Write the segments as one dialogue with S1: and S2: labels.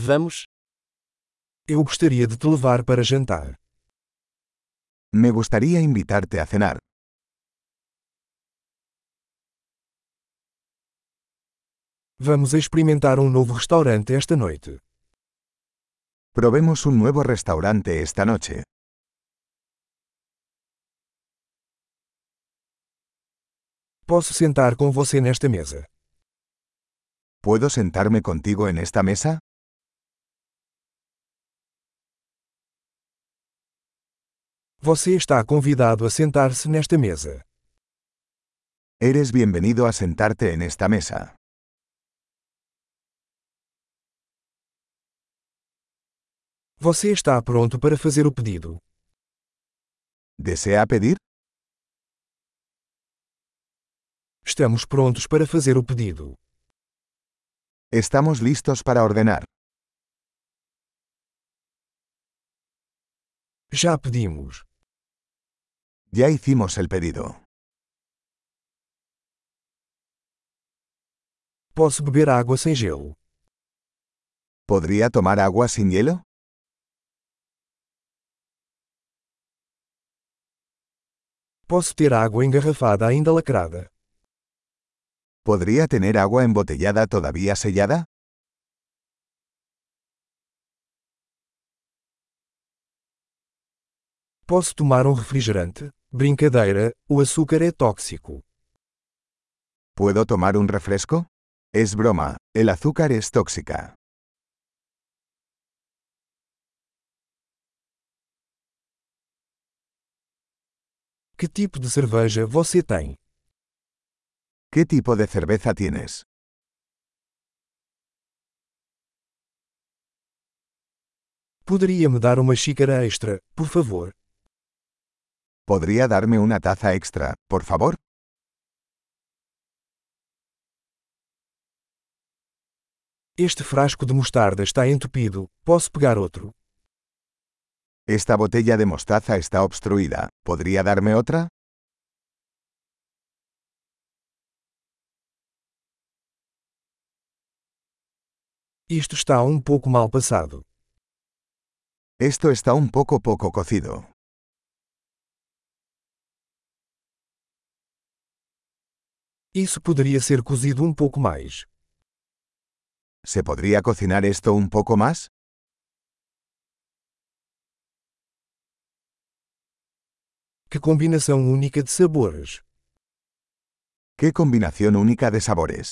S1: Vamos.
S2: Eu gostaria de te levar para jantar.
S3: Me gustaría invitarte a cenar.
S2: Vamos experimentar um novo restaurante esta noite.
S3: Probemos un nuevo restaurante esta noche.
S2: Posso sentar com você nesta mesa.
S3: ¿Puedo sentarme contigo en esta mesa?
S2: Você está convidado a sentar-se nesta mesa.
S3: Eres bienvenido a sentarte en esta mesa.
S2: Você está pronto para fazer o pedido.
S3: ¿Desea pedir?
S2: Estamos prontos para fazer o pedido.
S3: Estamos listos para ordenar.
S2: Já pedimos.
S3: Ya hicimos el pedido.
S2: Posso beber água sem gelo.
S3: ¿Podría tomar agua sin hielo?
S2: Posso ter água engarrafada ainda lacrada.
S3: ¿Podría tener agua embotellada todavía sellada?
S2: Posso tomar um refrigerante? Brincadeira, o açúcar é tóxico.
S3: ¿Puedo tomar un refresco? Es broma, el azúcar es tóxica.
S2: Que tipo de cerveja você tem?
S3: ¿Qué tipo de cerveza tienes?
S2: Poderia me dar uma xícara extra, por favor?
S3: ¿Podría darme una taza extra, por favor?
S2: Este frasco de mostarda está entupido, posso pegar outro?
S3: Esta botella de mostaza está obstruida. ¿Podría darme otra?
S2: Isto está um pouco mal passado.
S3: Esto está un poco poco cocido.
S2: Isso poderia ser cozido um pouco mais.
S3: ¿Se podría cocinar esto un poco más?
S2: Que combinação única de sabores!
S3: ¡Qué combinación única de sabores!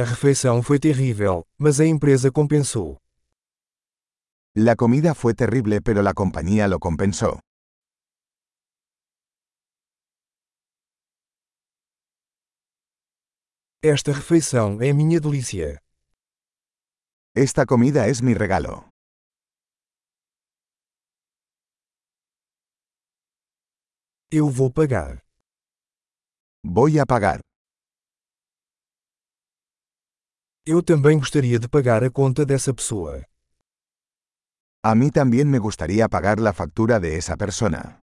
S2: A refeição foi terrível, mas a empresa compensou.
S3: La comida fue terrible pero la compañía lo compensó.
S2: Esta refeição é minha delícia.
S3: Esta comida es mi regalo.
S2: Eu vou pagar.
S3: Voy a pagar.
S2: Eu também gostaria de pagar a conta dessa pessoa.
S3: A mí también me gustaría pagar la factura de esa persona.